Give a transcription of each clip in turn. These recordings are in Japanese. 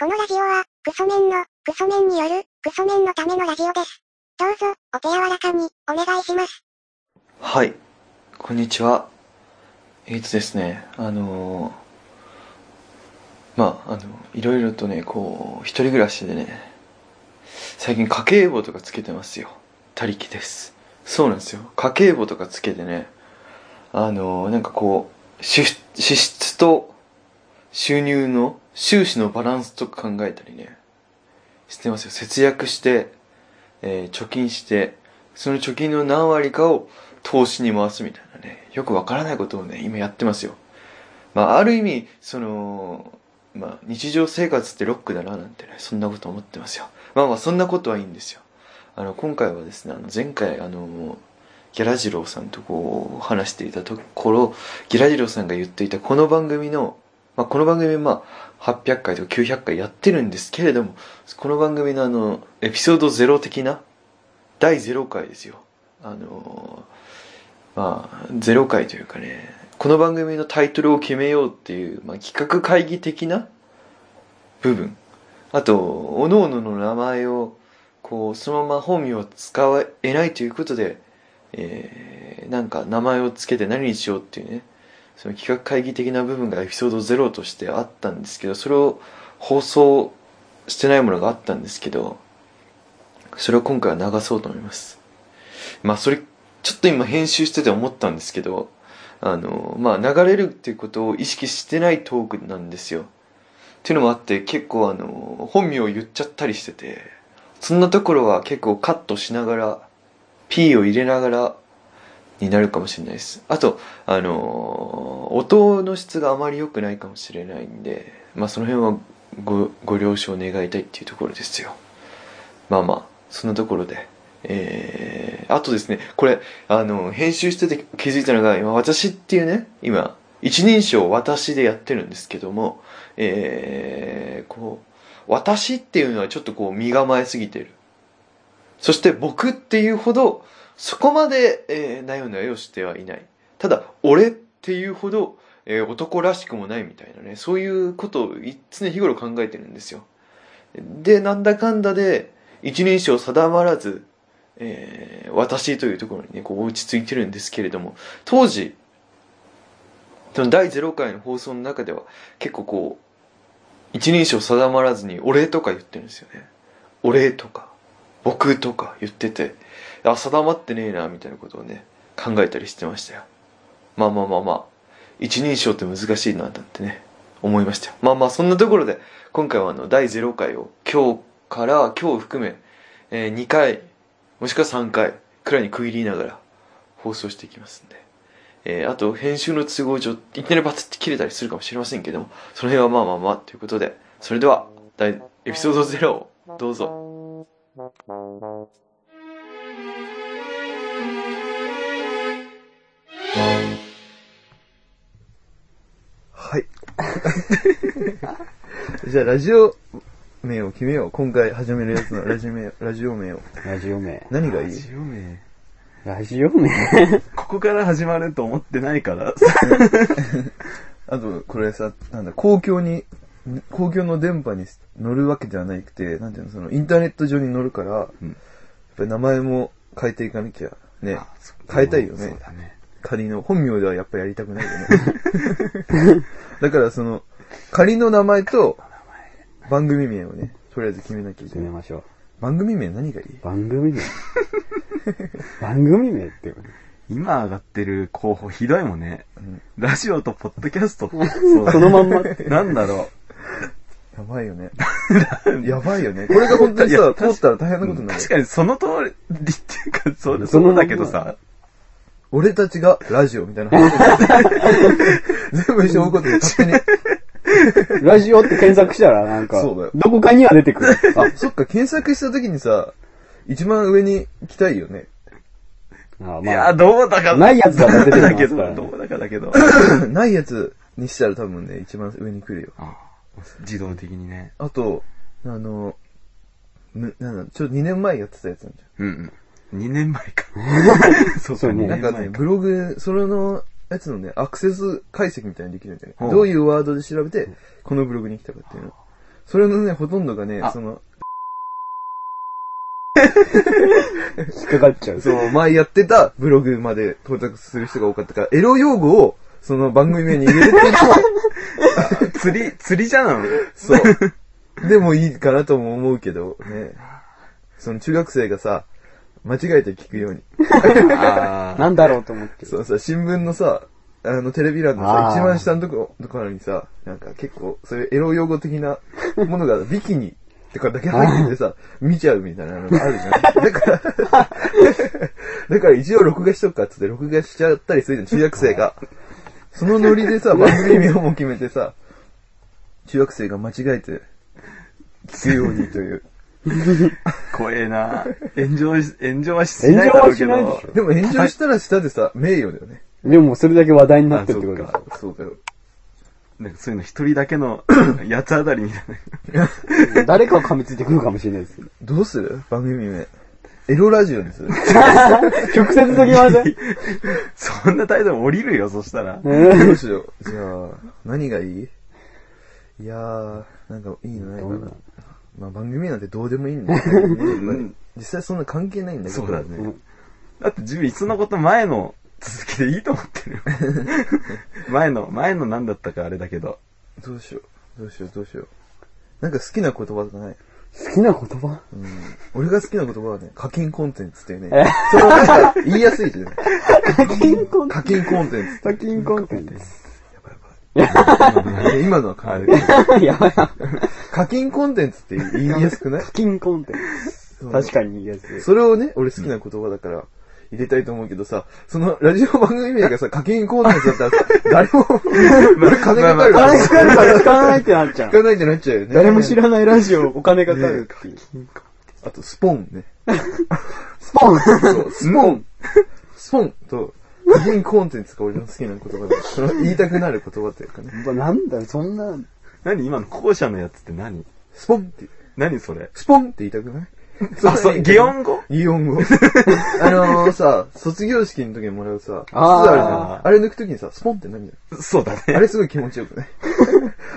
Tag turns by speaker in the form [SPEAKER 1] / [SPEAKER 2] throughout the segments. [SPEAKER 1] このラジオは、クソメンの、クソメンによる、クソメンのためのラジオです。どうぞ、お手柔らかに、お願いします。
[SPEAKER 2] はい、こんにちは。えーとですね、あのーまあ、あの、いろいろとね、こう、一人暮らしでね、最近家計簿とかつけてますよ。他力です。そうなんですよ。家計簿とかつけてね、あのーなんかこう、支出支出と収入の収支のバランスとか考えたりね、してますよ。節約して、えー貯金して、その貯金の何割かを投資に回すみたいなね、よくわからないことをね、今やってますよ。まあ、ある意味、その、まあ、日常生活ってロックだな、なんてね、そんなこと思ってますよ。まあまあ、そんなことはいいんですよ。あの、今回はですね、あの、前回、あの、ギャラジローさんとこう、話していたところ、ギャラジローさんが言っていたこの番組の、まあ、この番組、まあ、800回とか900回やってるんですけれども、この番組のあの、エピソード0的な、第0回ですよ。あのーまあ、0回というかね、この番組のタイトルを決めようっていう、まあ、企画会議的な部分。あと、各々の名前を、こう、そのまま本名を使えないということで、えーなんか名前をつけて何にしようっていうね、その企画会議的な部分がエピソード0としてあったんですけど、それを放送してないものがあったんですけど、それを今回は流そうと思います。まあそれ、ちょっと今編集してて思ったんですけど、あの、まあ流れるっていうことを意識してないトークなんですよ。っていうのもあって結構あの、本名を言っちゃったりしてて、そんなところは結構カットしながら、P を入れながらになるかもしれないです。あと、あのー音の質があまり良くないかもしれないんで、まあその辺はご、ご了承願いたいっていうところですよ。まあまあ、そんなところで。えー、あとですね、これ、あの、編集してて気づいたのが、今、私っていうね、今、一人称私でやってるんですけども、えー、こう、私っていうのはちょっとこう、身構えすぎてる。そして僕っていうほど、そこまで、えー、なよなよしてはいない。ただ、俺っていうほど、えー男らしくもないみたいなね、そういうことをい常日頃考えてるんですよ。で、なんだかんだで、一人称定まらず、えー私というところにね、こう落ち着いてるんですけれども、当時、その第0回の放送の中では、結構こう、一人称定まらずに、お礼とか言ってるんですよね。お礼とか、僕とか言ってて、あ、定まってねえな、みたいなことをね、考えたりしてましたよ。まあまあまあまあ、一人称って難しいな、なんてね、思いましたよ。まあまあ、そんなところで、今回はあの、第0回を、今日から、今日含め、え2回、もしくは3回くらいに区切りながら放送していきますんで。えーあと、編集の都合上、いきなりバツって切れたりするかもしれませんけども、その辺はまあまあまあ、ということで、それでは、第エピソード0をどうぞ。はい。 じゃあ、ラジオ名を決めよう。今回始めるやつのラジ名ラジオ名を。
[SPEAKER 3] ラジオ名。
[SPEAKER 2] 何がいい
[SPEAKER 4] ジオ名。
[SPEAKER 3] ラジオ名
[SPEAKER 4] ここから始まると思ってないから。
[SPEAKER 2] あと、これさ、なんだ、公共に、公共の電波に乗るわけではなくて、なんていうの、その、インターネット上に乗るから、やっ
[SPEAKER 4] ん
[SPEAKER 2] ぱり名前も変えていかなきゃ、ね、変えたいよ
[SPEAKER 4] そ
[SPEAKER 2] ね
[SPEAKER 4] う。だね。
[SPEAKER 2] 仮の、本名ではやっぱやりたくないよね。だからその、仮の名前と、番組名をね、とりあえず決めなきゃいけ
[SPEAKER 3] 決め
[SPEAKER 2] ない。
[SPEAKER 3] ましょ。
[SPEAKER 2] 番組名何がいいう
[SPEAKER 3] 番組名 番組名って。
[SPEAKER 4] 今上がってる候補ひどいもんね。
[SPEAKER 2] ん
[SPEAKER 4] ラジオとポッドキャスト。そうだ
[SPEAKER 3] その
[SPEAKER 4] ね
[SPEAKER 3] まんま。
[SPEAKER 4] なんだろ
[SPEAKER 2] やばいよね。やばいよね。これが本当にさ、通ったら大変な
[SPEAKER 4] う。
[SPEAKER 2] ことになる
[SPEAKER 4] 確。かにその通りっていうか、そう
[SPEAKER 3] そ
[SPEAKER 4] そ
[SPEAKER 3] のま
[SPEAKER 4] うん
[SPEAKER 3] ま
[SPEAKER 4] だけどさ、
[SPEAKER 2] 俺たちがラジオみたいな 話。全部一緒のことで勝手に。
[SPEAKER 3] ラジオって検索したらなんか
[SPEAKER 2] そうだよ、
[SPEAKER 3] どこかには出てくる。
[SPEAKER 2] あ、 そっか、検索した時にさ、一番上に来たいよね。
[SPEAKER 3] ああ
[SPEAKER 4] いや、
[SPEAKER 3] ま
[SPEAKER 4] どうだか。
[SPEAKER 3] ないやつが出てき
[SPEAKER 4] だ
[SPEAKER 3] ま
[SPEAKER 4] け
[SPEAKER 3] すからね
[SPEAKER 4] ど、どうだかだけど。
[SPEAKER 2] ないやつにしたら多分ね、一番上に来るよ。
[SPEAKER 4] 自動的にね。
[SPEAKER 2] あと、あの、むなんだ、ちょ、2年前やってたやつなんじ
[SPEAKER 4] うんうん。2年前か。 そう
[SPEAKER 3] そうね
[SPEAKER 2] ゃん。なんかね、ブログ、それのやつのね、アクセス解析みたいにできるんだよね。
[SPEAKER 4] ほう
[SPEAKER 2] どういうワードで調べて、このブログに来たかっていうの。
[SPEAKER 5] それのね、ほとんどがね
[SPEAKER 4] あ、
[SPEAKER 5] その、
[SPEAKER 3] 引っかかっちゃう。
[SPEAKER 5] そう、前やってたブログまで到着する人が多かったから、エロ用語を、その番組名に入れるっていうのは、
[SPEAKER 4] 釣り、釣りじゃん。
[SPEAKER 5] そう。でもいいかなとも思うけど、ね。その中学生がさ、間違えて聞くように。
[SPEAKER 4] あー
[SPEAKER 3] なんだろうと思って。
[SPEAKER 5] そうさ、新聞のさ、あの、テレビ欄の
[SPEAKER 3] あ
[SPEAKER 5] さ、
[SPEAKER 3] ー
[SPEAKER 5] 一番下のとこ、ところにさ、なんか結構、そういうエロ用語的 なものが、ビキニとかだけ入っててさ、見ちゃうみたいなのがあるじゃん。だから、だから一応録画しとくかっつって録画しちゃったりするじゃん、中学生が。そのノリ でさ、番組名も決めてさ、中学生が間違えて、聞くようにという。
[SPEAKER 4] 怖えな炎上し、炎上はし
[SPEAKER 3] 炎
[SPEAKER 4] ない
[SPEAKER 3] 上
[SPEAKER 4] だろ
[SPEAKER 3] は
[SPEAKER 4] うけ
[SPEAKER 3] し
[SPEAKER 4] ど。
[SPEAKER 3] ないでし
[SPEAKER 5] でも炎上したらしたでさ、名誉だよね。
[SPEAKER 3] ょ。でもそれだけ話題にな
[SPEAKER 4] あ
[SPEAKER 3] って
[SPEAKER 4] そ
[SPEAKER 3] るってこ
[SPEAKER 4] う
[SPEAKER 3] とです
[SPEAKER 4] か。
[SPEAKER 5] そうだよ。
[SPEAKER 4] なんかそういうの一人だけ の八つ当たりみたいな。
[SPEAKER 3] 誰かは噛みついてくるかもしれないですよ。
[SPEAKER 5] どうする番組名。エロラジオにする。
[SPEAKER 3] 直接的な話題
[SPEAKER 4] そんな態度降りるよ、そしたら。
[SPEAKER 5] どうしよう。じゃあ、何がいいいやー、なんかいいのない
[SPEAKER 3] ど
[SPEAKER 5] か
[SPEAKER 3] うな
[SPEAKER 5] な
[SPEAKER 3] の。
[SPEAKER 5] まあ番組なんてどうでもいいんだけど、
[SPEAKER 4] ん
[SPEAKER 5] 実際そんな関係ないんだけど。
[SPEAKER 4] そうだ
[SPEAKER 3] う
[SPEAKER 4] ね
[SPEAKER 3] ん。
[SPEAKER 4] だって自分いっそのこと前の続きでいいと思って るよ。前の、前の何だったかあれだけど。
[SPEAKER 5] どうしよう。どうしよう、どうしよう。なんか好きな言葉とかない。
[SPEAKER 3] 好きな言葉
[SPEAKER 5] うん、俺が好きな言葉はね、課金コンテンツっていうね。それはなんか言いやすいじ ゃない。
[SPEAKER 3] 課金コンテン
[SPEAKER 5] 課金コンテン
[SPEAKER 3] ツ。課金コンテンツ。
[SPEAKER 5] ツ。今のは課金
[SPEAKER 3] やばいな。
[SPEAKER 5] 課金コンテンツって言いやすくない
[SPEAKER 3] 課金コンテンツ。確かにいいやつ。
[SPEAKER 5] それをね、俺好きな言葉だから、入れたいと思うけどさ、そのラジオ番組名がさ、課金コーナーだったら、誰も、俺金かかる
[SPEAKER 3] あ
[SPEAKER 5] から
[SPEAKER 3] れ、聞かれたら聞かないってなっちゃ
[SPEAKER 5] 聞か
[SPEAKER 3] う。
[SPEAKER 5] ないってなっちゃうよね。
[SPEAKER 3] 誰も知らないラジオ、お金かかるっていう。
[SPEAKER 5] あと、スポンね。
[SPEAKER 3] スポン
[SPEAKER 5] そう、 スポン。スポンと、課金コンテンツが俺の好きな言葉で、その言いたくなる言葉というかね、
[SPEAKER 3] なんだよ、そんな。
[SPEAKER 4] 何今の後者のやつって何
[SPEAKER 5] スポンって、
[SPEAKER 4] 何それ
[SPEAKER 5] スポンって言いたくない
[SPEAKER 4] あ、そう、擬音語
[SPEAKER 5] 擬音語。あのーさ、卒業式の時にもらうさ、筒
[SPEAKER 3] あー
[SPEAKER 5] あるじゃん。あれ抜く時にさ、スポンって何だ
[SPEAKER 4] そうだ
[SPEAKER 5] あ
[SPEAKER 4] ね。
[SPEAKER 5] れすごい気持ちよくない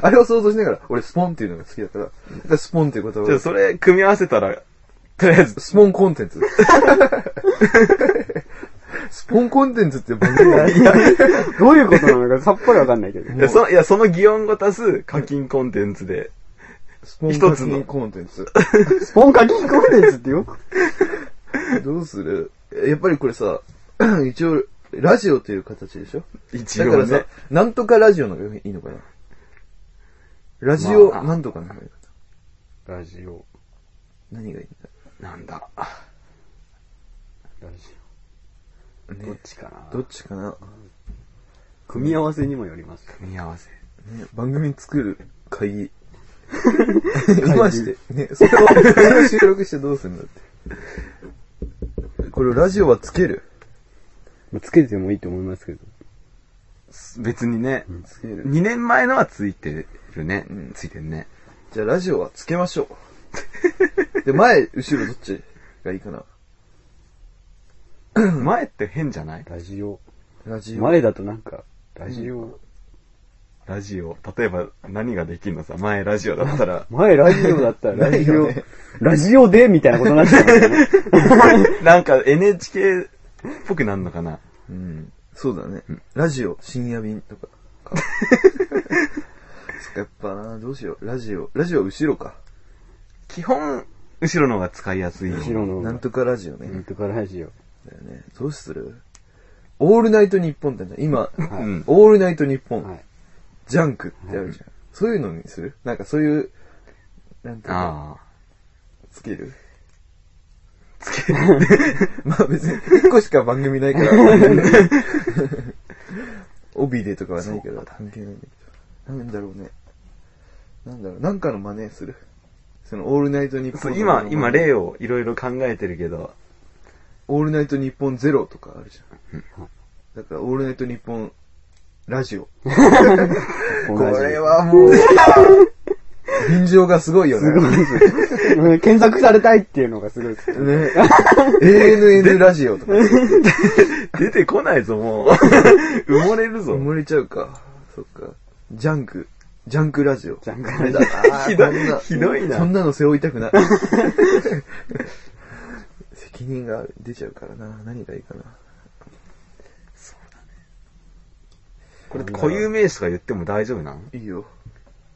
[SPEAKER 5] あれを想像しながら、俺スポンっていうのが好きだから、だからスポンっていう言
[SPEAKER 4] じゃ
[SPEAKER 5] 葉
[SPEAKER 4] あそれ組み合わせたら、とりあえず、
[SPEAKER 5] スポンコンテンツ。 スポンコンテンツって番組 がい
[SPEAKER 3] どういうことなのかさっぱりわかんないけど。
[SPEAKER 4] いやそのいや、その擬音語足す課金コンテンツで。
[SPEAKER 5] スポン
[SPEAKER 4] 一
[SPEAKER 5] 課
[SPEAKER 4] つの
[SPEAKER 5] 金コンテンツ。
[SPEAKER 3] スポン課金コンテンツってよく。
[SPEAKER 5] どうするやっぱりこれさ、 一応、ラジオという形でしょ
[SPEAKER 4] 一
[SPEAKER 5] だか
[SPEAKER 4] 応
[SPEAKER 5] らさ
[SPEAKER 4] ね。、
[SPEAKER 5] なんとかラジオの方がいいのかなラジオ、
[SPEAKER 4] まあ
[SPEAKER 5] なんとかの方がいいのかな
[SPEAKER 3] ラジオ、
[SPEAKER 5] 何がいいんだ
[SPEAKER 4] なんだ。
[SPEAKER 3] ラジ
[SPEAKER 5] ろう
[SPEAKER 3] どっ
[SPEAKER 5] ね。
[SPEAKER 3] ちかな
[SPEAKER 5] どっちかな、
[SPEAKER 3] 組み合わせにもよります。
[SPEAKER 4] 組み合わせ。
[SPEAKER 5] ね、番組作る会議。今して、ね、それを、それを収録してどうするんだって。これラジオはつける
[SPEAKER 3] つけてもいいと思いますけど。
[SPEAKER 4] 別にね、
[SPEAKER 5] つける。
[SPEAKER 4] 2年前のはついてるね。
[SPEAKER 5] うん
[SPEAKER 4] ついてるね。
[SPEAKER 5] じゃあラジオはつけましょう。で、前、後ろどっちがいいかな
[SPEAKER 4] 前って変じゃない
[SPEAKER 3] ラジオ。
[SPEAKER 5] ラジオ。
[SPEAKER 3] 前だとなんか、ラジオ。。
[SPEAKER 4] ラジオ。例えば何ができるのさ、前ラジオだったら
[SPEAKER 3] 前ラジオだったらラジ
[SPEAKER 5] ない
[SPEAKER 3] オ、
[SPEAKER 5] よね
[SPEAKER 3] ラジオでみたいなことになっちゃうよね。
[SPEAKER 4] なんか NHK っぽくなんのかな。
[SPEAKER 5] うん。そうだね。ラジオ、深夜便とか。そっか、やっぱな、どうしよう。ラジオ、ラジオは後ろか。
[SPEAKER 4] 基本、後ろの方が使いやすいよ。
[SPEAKER 3] 後ろの。
[SPEAKER 5] なんとかラジオね。
[SPEAKER 3] なんとかラジオ。
[SPEAKER 5] だよね。どうするオールナイトニッポンってあるじゃん今、
[SPEAKER 4] ん
[SPEAKER 5] オールナイトニッポン、
[SPEAKER 3] はい。
[SPEAKER 5] ジャンクってあるじゃん。そういうのにするなんかそういう、なんていうの
[SPEAKER 4] ああ。
[SPEAKER 5] つけるつける まあ別に、1個しか番組ないから。 帯でとかはないけど、関係ないんだけど。なんだろうね。なんだろう、なんかの真似するその、オールナイトニッポ
[SPEAKER 4] そ
[SPEAKER 5] ン
[SPEAKER 4] う、
[SPEAKER 5] の
[SPEAKER 4] 今、今例
[SPEAKER 5] を。
[SPEAKER 4] をいろいろ考えてるけど、
[SPEAKER 5] オールナイトニッポンゼロとかあるじゃん。だから、オールナイトニッポンラジオ。これはもう、 臨場がすごいよね。
[SPEAKER 3] うん検索されたいっていうのがすごいです。
[SPEAKER 5] ね ANN ラジオとか。
[SPEAKER 4] 出てこないぞ、もう。埋もれるぞ。
[SPEAKER 5] 埋もれちゃうか。そっか。ジャンク。ジャンクラジオ。
[SPEAKER 3] ジャンク
[SPEAKER 5] ダメ
[SPEAKER 3] ラジ
[SPEAKER 5] だ
[SPEAKER 3] オ。
[SPEAKER 5] な
[SPEAKER 4] ひどい
[SPEAKER 5] こんな
[SPEAKER 4] ひどいな
[SPEAKER 5] そんなの背負いたくない。 責任が出ちゃうからな。何がいいかな。
[SPEAKER 4] これって固有名詞とか言っても大丈夫なの
[SPEAKER 5] いいよ。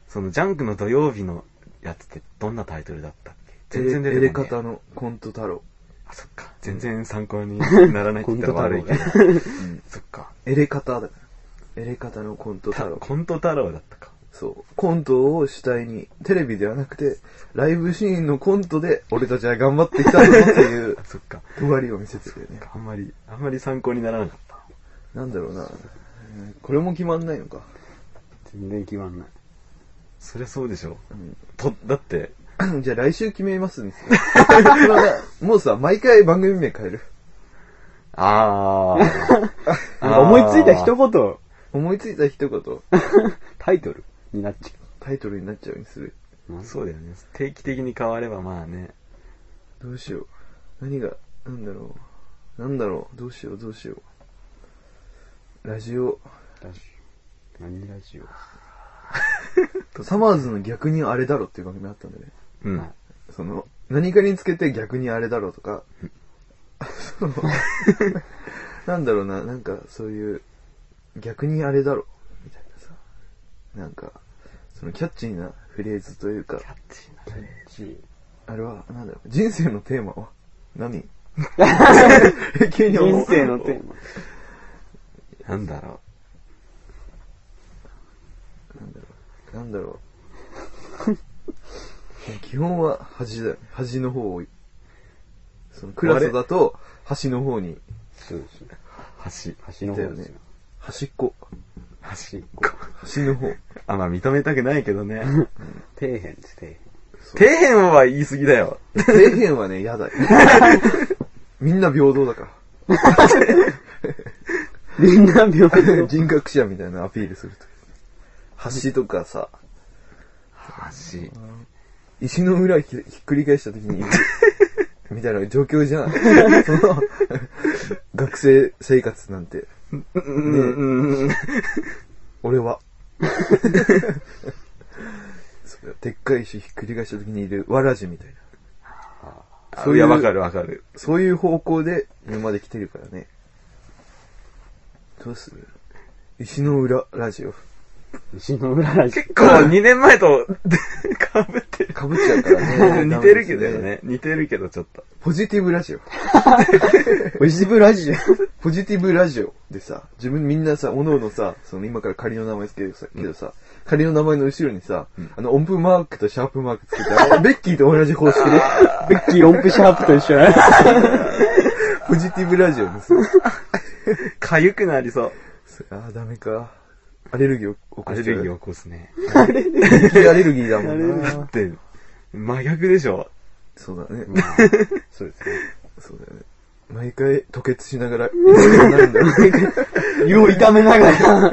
[SPEAKER 4] そのジャンクの土曜日のやつってどんなタイトルだったっけ全然出て
[SPEAKER 5] エレ
[SPEAKER 4] こない。
[SPEAKER 5] 方のコント太郎。
[SPEAKER 4] あ、そっか。全然参考にならないって言ったら悪いけど。
[SPEAKER 5] うん。
[SPEAKER 4] そっか。
[SPEAKER 5] エレ方だから。エレ方のコント
[SPEAKER 4] た
[SPEAKER 5] 太 郎。
[SPEAKER 4] コント太郎だったか。
[SPEAKER 5] そう。コントを主体に、テレビではなくて、ライブシーンのコントで、俺たちは頑張ってきたぞって いう、
[SPEAKER 4] そっか。
[SPEAKER 5] 尖りを見せてるよね。
[SPEAKER 4] あんまり、あんまり参考にならなかった。
[SPEAKER 5] なんだろうな。これも決まんないのか。
[SPEAKER 3] 全然決まんない。
[SPEAKER 4] そりゃそうでしょ。
[SPEAKER 5] うん
[SPEAKER 4] と、だって、
[SPEAKER 5] じゃあ来週決めますんですよまあ もうさ、毎回番組名変える。
[SPEAKER 4] あー。
[SPEAKER 3] なんか思いついた一言、
[SPEAKER 5] 思いついた一言、
[SPEAKER 3] タイトルになっちゃ
[SPEAKER 5] タイトルになっちゃうようにする。
[SPEAKER 3] う。なん
[SPEAKER 4] そうだよね。定期的に変わればまあね。
[SPEAKER 5] どうしよう。何が、なんだろう。なんだろう。どうしよう、どうしよう。ラジオ。
[SPEAKER 3] ラジオ。何ラジオ
[SPEAKER 5] サマーズの逆にあれだろっていう番組あったんだよね。
[SPEAKER 4] うん。
[SPEAKER 5] その、何かにつけて逆にあれだろうとか、 そのなんだろうな、なんかそういう、逆にあれだろう、みたいなさ、なんか、そのキャッチーなフレーズというか、あれは、なんだろう、人生のテーマは何急に思う
[SPEAKER 3] 人生のテーマ。
[SPEAKER 4] なんだろ
[SPEAKER 5] なんだろう。 基本は端だよね。端の方を、そのクラスだと端の方に、
[SPEAKER 3] そうですね。
[SPEAKER 4] う。橋。
[SPEAKER 3] 橋の方ですよ。
[SPEAKER 5] 端っこ、
[SPEAKER 3] 橋っこ。
[SPEAKER 5] 端の方。
[SPEAKER 4] あ、まあ認めたくないけどね。
[SPEAKER 3] 底辺です、底辺。
[SPEAKER 4] 底辺は言い過ぎだよ。
[SPEAKER 5] 底辺はね、や だよ。みんな平等だか
[SPEAKER 3] みんな平
[SPEAKER 5] ら。
[SPEAKER 3] 等。
[SPEAKER 5] 人格者みたいなアピールすると。橋とかさ、
[SPEAKER 4] 橋。
[SPEAKER 5] 石の裏ひひっくり返した時に、 みたいな状況じゃん。その、学生生活なんて、
[SPEAKER 4] うん。
[SPEAKER 5] 俺は。 それでっかい石ひっくり返した時にいるわらじみたいな。
[SPEAKER 4] そういや、わかるわか る。
[SPEAKER 5] そういう方向で今まで来てるからね。どうする石の裏ラジオ。
[SPEAKER 3] 石 の裏ラジ
[SPEAKER 4] 結構2年前と被ってる。
[SPEAKER 5] かぶっちゃうからね。
[SPEAKER 4] 似てるけど
[SPEAKER 5] ダメです
[SPEAKER 4] ね。似てるけどちょっと。
[SPEAKER 5] ポジティブラジオ。
[SPEAKER 3] オ。石部ラジオ。
[SPEAKER 5] ポジティブラジオでさ、自分みんなさ、おのおのさ、その今から仮の名前つけるさ、けどさ、仮の名前の後ろにさ、あの音符マークとシャープマークつけて、あれベッキーと同じ方式 で、
[SPEAKER 3] ベッキー音符シャープと一緒だね。
[SPEAKER 5] ポジティブラジオにする。
[SPEAKER 4] かゆくなりそう。
[SPEAKER 5] それあーダメか。アレルギーを起
[SPEAKER 4] ア
[SPEAKER 5] こ
[SPEAKER 4] レ
[SPEAKER 5] しちゃう。
[SPEAKER 4] ルギーを起こすね。
[SPEAKER 5] ーアレルギーだもん
[SPEAKER 4] だ
[SPEAKER 5] な。
[SPEAKER 4] って、真逆でしょ。
[SPEAKER 5] そうだね。
[SPEAKER 3] そうですね。
[SPEAKER 5] そうだよね。毎回吐血しながら、 いろいろなんだよね
[SPEAKER 3] 胃を痛めながら。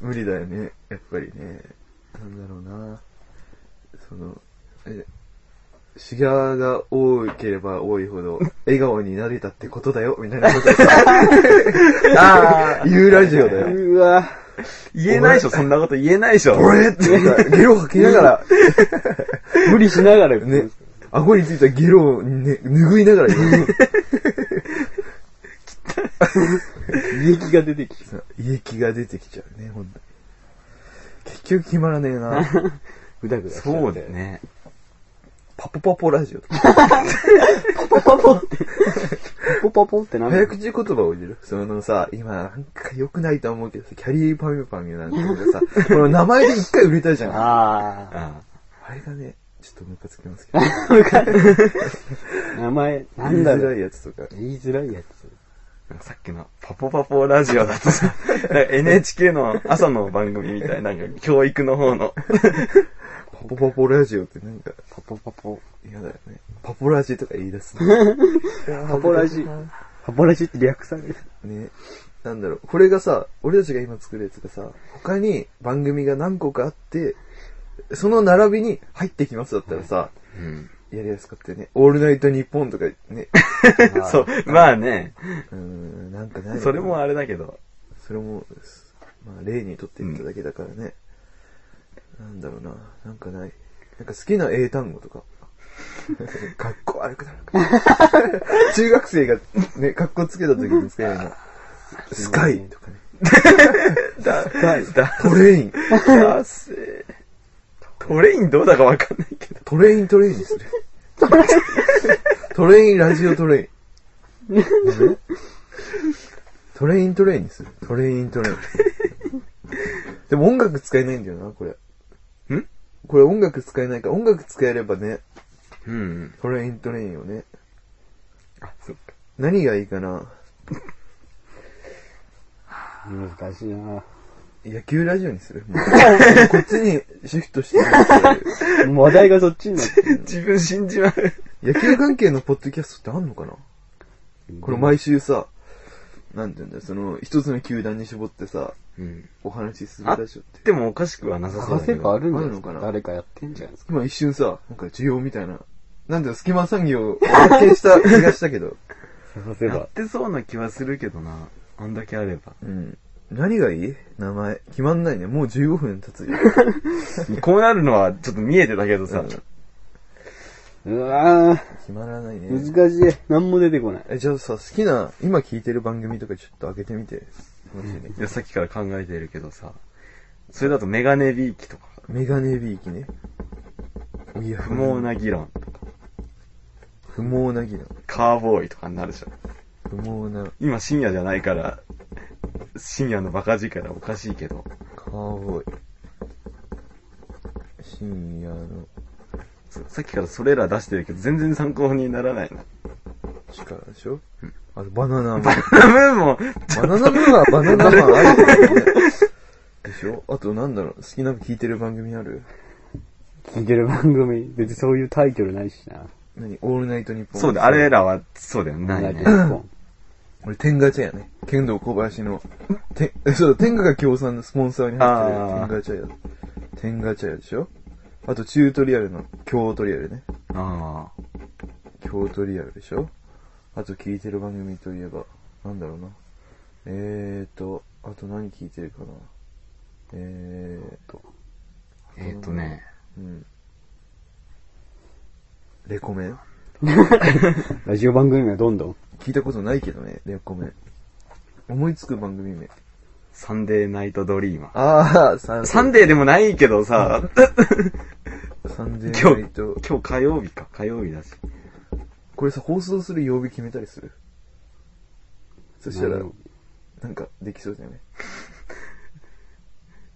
[SPEAKER 5] 無理だよね。やっぱりね。なんだろうな。その、え、シガーが多ければ多いほど、笑顔になれたってことだよ、みたいなことさ言うラジオだよ。
[SPEAKER 3] うわ
[SPEAKER 4] 言えないでしょ、そんなこと言えないでしょ。
[SPEAKER 5] 俺ってなんかゲロ吐きな がら、
[SPEAKER 3] 無理しながら。
[SPEAKER 5] ね、顎についたゲロを、ね、拭いながら言う。
[SPEAKER 3] 胃液が出てきて。
[SPEAKER 5] さ胃液が出てきちゃうね、ほんとに結局決まらねえな。
[SPEAKER 3] ぐだぐだしちゃって。
[SPEAKER 4] そうだよね。
[SPEAKER 5] パポパポラジオとか。
[SPEAKER 3] パポパポ って。パポパポってなんだ
[SPEAKER 5] 早口言葉を入れるそのさ、今なんか良くないと思うけどさ、キャリーパミュパミュなんていうかさ、 この名前で一回売れたじゃん。あ
[SPEAKER 3] あ
[SPEAKER 4] あ
[SPEAKER 5] れがね、ちょっとムカつきますけど。
[SPEAKER 3] あ。名前、な
[SPEAKER 5] 言い
[SPEAKER 3] んだ
[SPEAKER 5] づら
[SPEAKER 3] ろう。
[SPEAKER 5] いやつとか。
[SPEAKER 3] 言いづらいやつ。
[SPEAKER 4] あさっきのパポパポラジオだとさ、なんか NHK の朝の番組みたいな、なんか教育の方の。
[SPEAKER 5] パポパポラジオってなんか
[SPEAKER 3] パポパポ。
[SPEAKER 5] 嫌だよね。パポラジとか言い出すの。
[SPEAKER 3] パポラジ。パポラジって略される。
[SPEAKER 5] ね。なんだろう、これがさ、俺たちが今作るやつがさ、他に番組が何個かあって、その並びに入ってきますだったらさ、
[SPEAKER 4] うん。
[SPEAKER 5] やりやすかったよね。オールナイトニッポンとかね。
[SPEAKER 4] そう、まあね、
[SPEAKER 5] うーん、なんかないのかな
[SPEAKER 4] それもあれだけど、
[SPEAKER 5] それも、まあ、例にとっていっただけだからね。なんだろうな。なんかない。なんか好きな英単語とか。 かっこ悪くなるか。 中学生がね、かっこつけた時に使えるの。 スカイとかね。
[SPEAKER 4] だ、だ、
[SPEAKER 5] トレイン。
[SPEAKER 4] だせートレインどうだかわかんないけど。
[SPEAKER 5] トレイントレインにする。トレインラジオトレイン。 トレイントレインにする。トレイントレイン。でも音楽使えないんだよな、これ。
[SPEAKER 4] ん
[SPEAKER 5] これ音楽使えないから、音楽使えればね、
[SPEAKER 4] うん。
[SPEAKER 5] トレイントレインをね。
[SPEAKER 4] あ、そっか。
[SPEAKER 5] 何がいいかな
[SPEAKER 3] 難しいな
[SPEAKER 5] 野球ラジオにするも うこっちにシフトしてもらって
[SPEAKER 3] もう話題がそっちになってる。
[SPEAKER 4] 自分信じまう。
[SPEAKER 5] 野球関係のポッドキャストってあんのかなこれ毎週さ、なんて言うんだよ、その、一つの球団に絞ってさ、
[SPEAKER 4] うん。
[SPEAKER 5] お話しするラジオって。
[SPEAKER 4] でもおかしくはなさそ
[SPEAKER 3] 探
[SPEAKER 4] うだけ
[SPEAKER 3] せば
[SPEAKER 4] ど。
[SPEAKER 3] あるんじゃ
[SPEAKER 5] あ
[SPEAKER 3] な
[SPEAKER 5] るの
[SPEAKER 3] い
[SPEAKER 5] かな
[SPEAKER 3] 誰かやってんじゃないですか。
[SPEAKER 5] 今一瞬さ、なんか需要みたいな、なんだよ、隙間産業を発見した気がしたけ ど。
[SPEAKER 3] 探せ
[SPEAKER 4] や
[SPEAKER 3] ば
[SPEAKER 4] っ。てそうな気はするけどな。あんだけあれば。
[SPEAKER 5] うん。何がいい名前。決まんないね。もう15分経つよ。
[SPEAKER 4] こうなるのはちょっと見えてたけどさ。
[SPEAKER 3] うわぁ、
[SPEAKER 5] 決まらないね。
[SPEAKER 3] 難しい。何も出てこない。
[SPEAKER 5] え、じゃあさ、好きな、今聞いてる番組とかちょっと開けてみて。楽しいね。
[SPEAKER 4] いや、さっきから考えてるけどさ。それだとメガネビーキとか、
[SPEAKER 5] メガネビーキね。いや、
[SPEAKER 4] 不毛。な議論とか、
[SPEAKER 5] 不毛な議論。
[SPEAKER 4] カーボーイとかになるでしょ。
[SPEAKER 5] 不毛な
[SPEAKER 4] 今深夜じゃないから、深夜のバカ力おかしいけど。
[SPEAKER 5] カーボーイ。深夜の
[SPEAKER 4] そさっきからそれら出してるけど、全然参考にならないな。
[SPEAKER 5] 力でしょあとバナナマン。
[SPEAKER 4] ダメもう
[SPEAKER 5] バナナマンはバナナマンあるけどね。でしょあとなんだろう、好きなの聞いてる番組ある
[SPEAKER 3] 聞いてる番組、別にそういうタイトルないしな。
[SPEAKER 5] 何オールナイトニッポン。
[SPEAKER 4] そうだ、あれらは、そうだよね、ないね。
[SPEAKER 5] 俺、天ガ茶屋ね。剣道小林の、て、えそうだ、天ガが協賛のスポンサーに入ってる天ガ茶屋。天ガ茶屋でしょあと、チュートリアルの、京トリアルね。
[SPEAKER 4] ああ。
[SPEAKER 5] 京トリアルでしょあと、聞いてる番組といえば、なんだろうな。えーと、あと何聞いてるかな。えーと、
[SPEAKER 4] えっ、ー、とね。
[SPEAKER 5] うん。レコメン
[SPEAKER 3] ラジオ番組名どんどん。
[SPEAKER 5] 聞いたことないけどね、レコメン。思いつく番組名。
[SPEAKER 4] サンデーナイトドリーマー。
[SPEAKER 5] あー、サン
[SPEAKER 4] サンデーでもないけどさ、
[SPEAKER 5] サンデ
[SPEAKER 4] 今
[SPEAKER 5] ーナイ
[SPEAKER 4] 日、
[SPEAKER 5] ト。
[SPEAKER 4] 今日火曜日か、火曜日だし。
[SPEAKER 5] これさ、放送する曜日決めたりするそしたら
[SPEAKER 3] なるほ、
[SPEAKER 5] なんか、できそうじゃない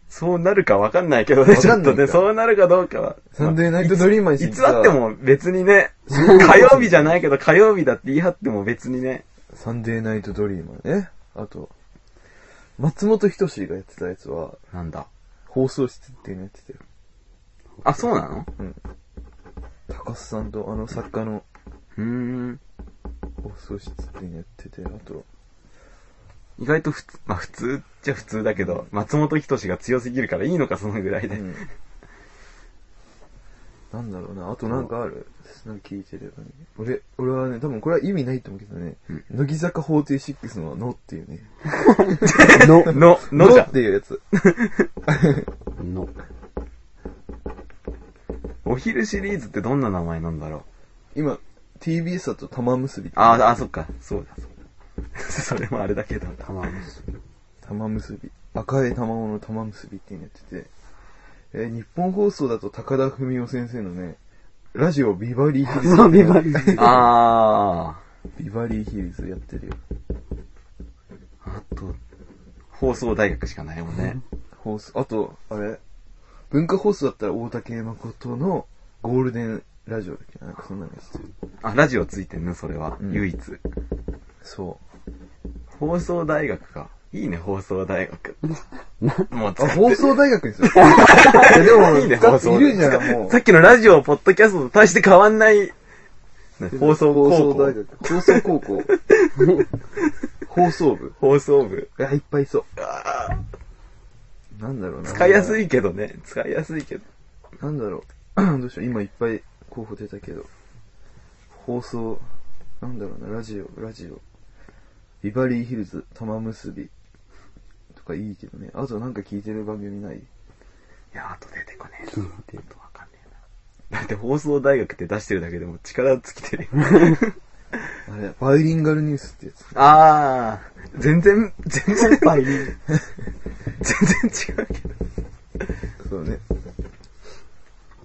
[SPEAKER 4] そうなるかわかんないけどね、
[SPEAKER 5] わ
[SPEAKER 4] ち
[SPEAKER 5] か
[SPEAKER 4] ょ
[SPEAKER 5] ん
[SPEAKER 4] っ
[SPEAKER 5] ない
[SPEAKER 4] と
[SPEAKER 5] か
[SPEAKER 4] ね、そうなるかどうかは。
[SPEAKER 5] サンデーナイトドリーマーに
[SPEAKER 4] い
[SPEAKER 5] し
[SPEAKER 4] つあっても別にね、火曜日じゃないけど火曜日だって言い張っても別にね、
[SPEAKER 5] サンデーナイトドリーマーね。あと、松本人志がやってたやつは、
[SPEAKER 4] なんだ。
[SPEAKER 5] 放送室っていうのやってたよ。
[SPEAKER 4] あ、そうなの
[SPEAKER 5] 高須さんとあの作家の
[SPEAKER 4] うーん。
[SPEAKER 5] 放送室っていうのやってて、あと、
[SPEAKER 4] 意外と普通、まあ普通っちゃ普通だけど、松本人志が強すぎるからいいのか、そのぐらいで。
[SPEAKER 5] うん。なんだろうな、あとなんかあるなんか聞いてる俺、俺はね、多分これは意味ないと思うけどね、乃木坂46ののっていうね。
[SPEAKER 3] の、
[SPEAKER 4] の、のじゃ
[SPEAKER 5] っ
[SPEAKER 4] ん。
[SPEAKER 5] ていうやつ。
[SPEAKER 3] の。
[SPEAKER 4] お昼シリーズってどんな名前なんだろう。
[SPEAKER 5] 今、TBS だと玉結び。
[SPEAKER 4] ああ、あ、そっか。そうだ、そうだ。そ れもあれだけど。
[SPEAKER 3] たまにする。
[SPEAKER 5] 玉結び。赤い卵の玉結びっていうのやってて。えー日本放送だと高田文夫先生のね、ラジオビバリーヒル ズ。
[SPEAKER 3] そう、ビバリー。
[SPEAKER 4] あ
[SPEAKER 5] ビバリーヒルズやってるよ。
[SPEAKER 4] あ。あと、放送大学しかないもんね。
[SPEAKER 5] 放送、あと、あれ文化放送だったら大竹誠のゴールデンラジオだっけなんかそんなのやつ。
[SPEAKER 4] あ、ラジオついてんね、それは。
[SPEAKER 5] うん
[SPEAKER 4] 唯一。
[SPEAKER 5] そ
[SPEAKER 4] 放送大学か。いいね、放送 大学。もう
[SPEAKER 5] う。
[SPEAKER 4] 使
[SPEAKER 5] あ、
[SPEAKER 4] って
[SPEAKER 5] 放送大学に する。いやでも、
[SPEAKER 4] いいね、
[SPEAKER 5] 使
[SPEAKER 4] 放
[SPEAKER 5] って
[SPEAKER 4] 送
[SPEAKER 5] いるじゃん、もう
[SPEAKER 4] さ。っきのラジオ、ポッドキャストと大して変わんない、放送高
[SPEAKER 5] 放送
[SPEAKER 4] 校
[SPEAKER 5] 大。学。放送高校。放送部。
[SPEAKER 4] 放送部。
[SPEAKER 5] いや、いっぱいいそう。なんだろうな。
[SPEAKER 4] 使いやす
[SPEAKER 5] い。
[SPEAKER 4] いけどね。使いやすいけど。
[SPEAKER 5] なんだろう。 どうしよう。今いっぱい候補出たけど。放送、なんだろうな。ラジオ、ラジオ。ビバリーヒルズ、玉結び。とかいいけどね。あとなんか聞いてる番組ない
[SPEAKER 4] いや、あと出てこねえ
[SPEAKER 3] 聞い
[SPEAKER 4] な。
[SPEAKER 3] てる
[SPEAKER 4] あとわかんねえな。だって放送大学って出してるだけでも力尽きてるよ。
[SPEAKER 5] あれ、バイリンガルニュースってやつ。
[SPEAKER 4] あー、全然、全然、全然違うけど。
[SPEAKER 5] そうね。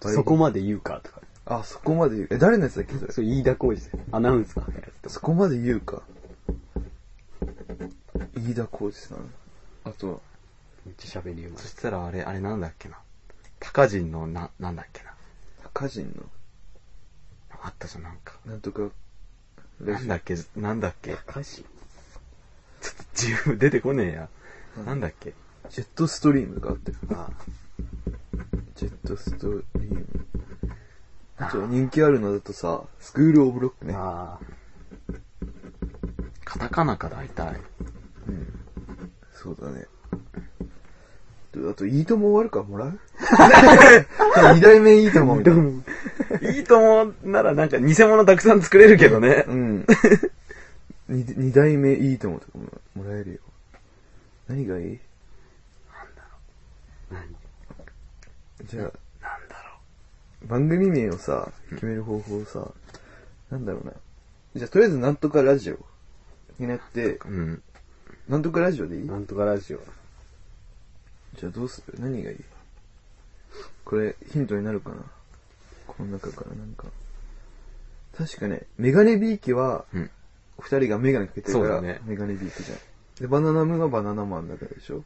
[SPEAKER 3] そこまで言うかとか。
[SPEAKER 5] あ、そこまで言う。え、誰のやつだっけそれ
[SPEAKER 3] そう、飯田浩二さん。アナウンサーのやつとか。
[SPEAKER 5] そこまで言うか。飯田浩二さん。あとは、
[SPEAKER 3] めっちゃ喋りうまい
[SPEAKER 4] そ。したらあれ、あれなんだっけな。高人のな、なんだっけな。
[SPEAKER 5] 高人
[SPEAKER 4] あったじゃん、なんか。
[SPEAKER 5] の、なんとか、ラ
[SPEAKER 4] なん
[SPEAKER 5] ジオ
[SPEAKER 4] だっけ、なんだっけ。
[SPEAKER 3] 歌詞
[SPEAKER 4] 自分出てこねえや。なんだっけ。
[SPEAKER 5] ジェットストリームがあって。
[SPEAKER 4] あ
[SPEAKER 5] ジェットストリーム。あと人気あるのだとさ、スクールオブロックね。
[SPEAKER 3] あ
[SPEAKER 4] カタカナか大体。
[SPEAKER 5] そうだね。とあと、いいとも終わるからもらう 二代目いいともみたいな。
[SPEAKER 4] いいともならなんか偽物たくさん作れるけどね
[SPEAKER 5] う。 ん。二二代目いいともとかももらえるよ。何がいい
[SPEAKER 3] あ。何
[SPEAKER 5] じゃあ、
[SPEAKER 4] なんだろ
[SPEAKER 5] 番組名をさ、決める方法をさ、なんだろうな。じゃあ、とりあえず、なんとかラジオになって、
[SPEAKER 4] う。うん。
[SPEAKER 5] なんとかラジオでいい
[SPEAKER 3] なんとかラジオ。
[SPEAKER 5] じゃあ、どうする何がいいこれ、ヒントになるかなこの中からなんか。確かね、メガネビーキは、
[SPEAKER 4] うん
[SPEAKER 5] 二人がメガネかけてるか
[SPEAKER 4] そう
[SPEAKER 5] ら、
[SPEAKER 4] だね
[SPEAKER 5] メガネビーキじゃん。で、バナナムーンはバナナマンだからでしょ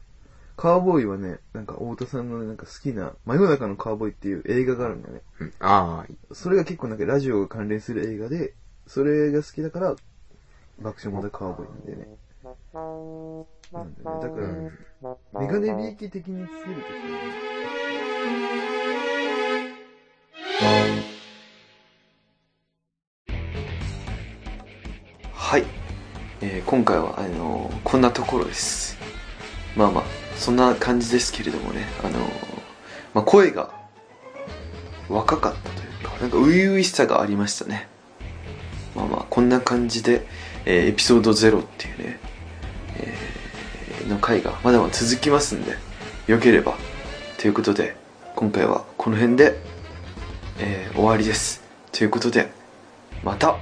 [SPEAKER 5] カーボーイはね、なんか、太田さんのなんか好きな、真夜中のカーボーイっていう映画があるんだよね。
[SPEAKER 4] うんああ、
[SPEAKER 5] それが結構なんかラジオが関連する映画で、それが好きだから、爆笑問題カーボーイなんだよね。なんだよね。だから、メガネビーキ的につけるときは、
[SPEAKER 2] はい、えー今回はあのーこんなところですまあまあそんな感じですけれどもねあのーまあ、声が若かったというかなんか初々しさがありましたねまあまあこんな感じで、えーエピソード0っていうね、えーの回がまだまだ続きますんでよければということで今回はこの辺で、えー終わりですということでまた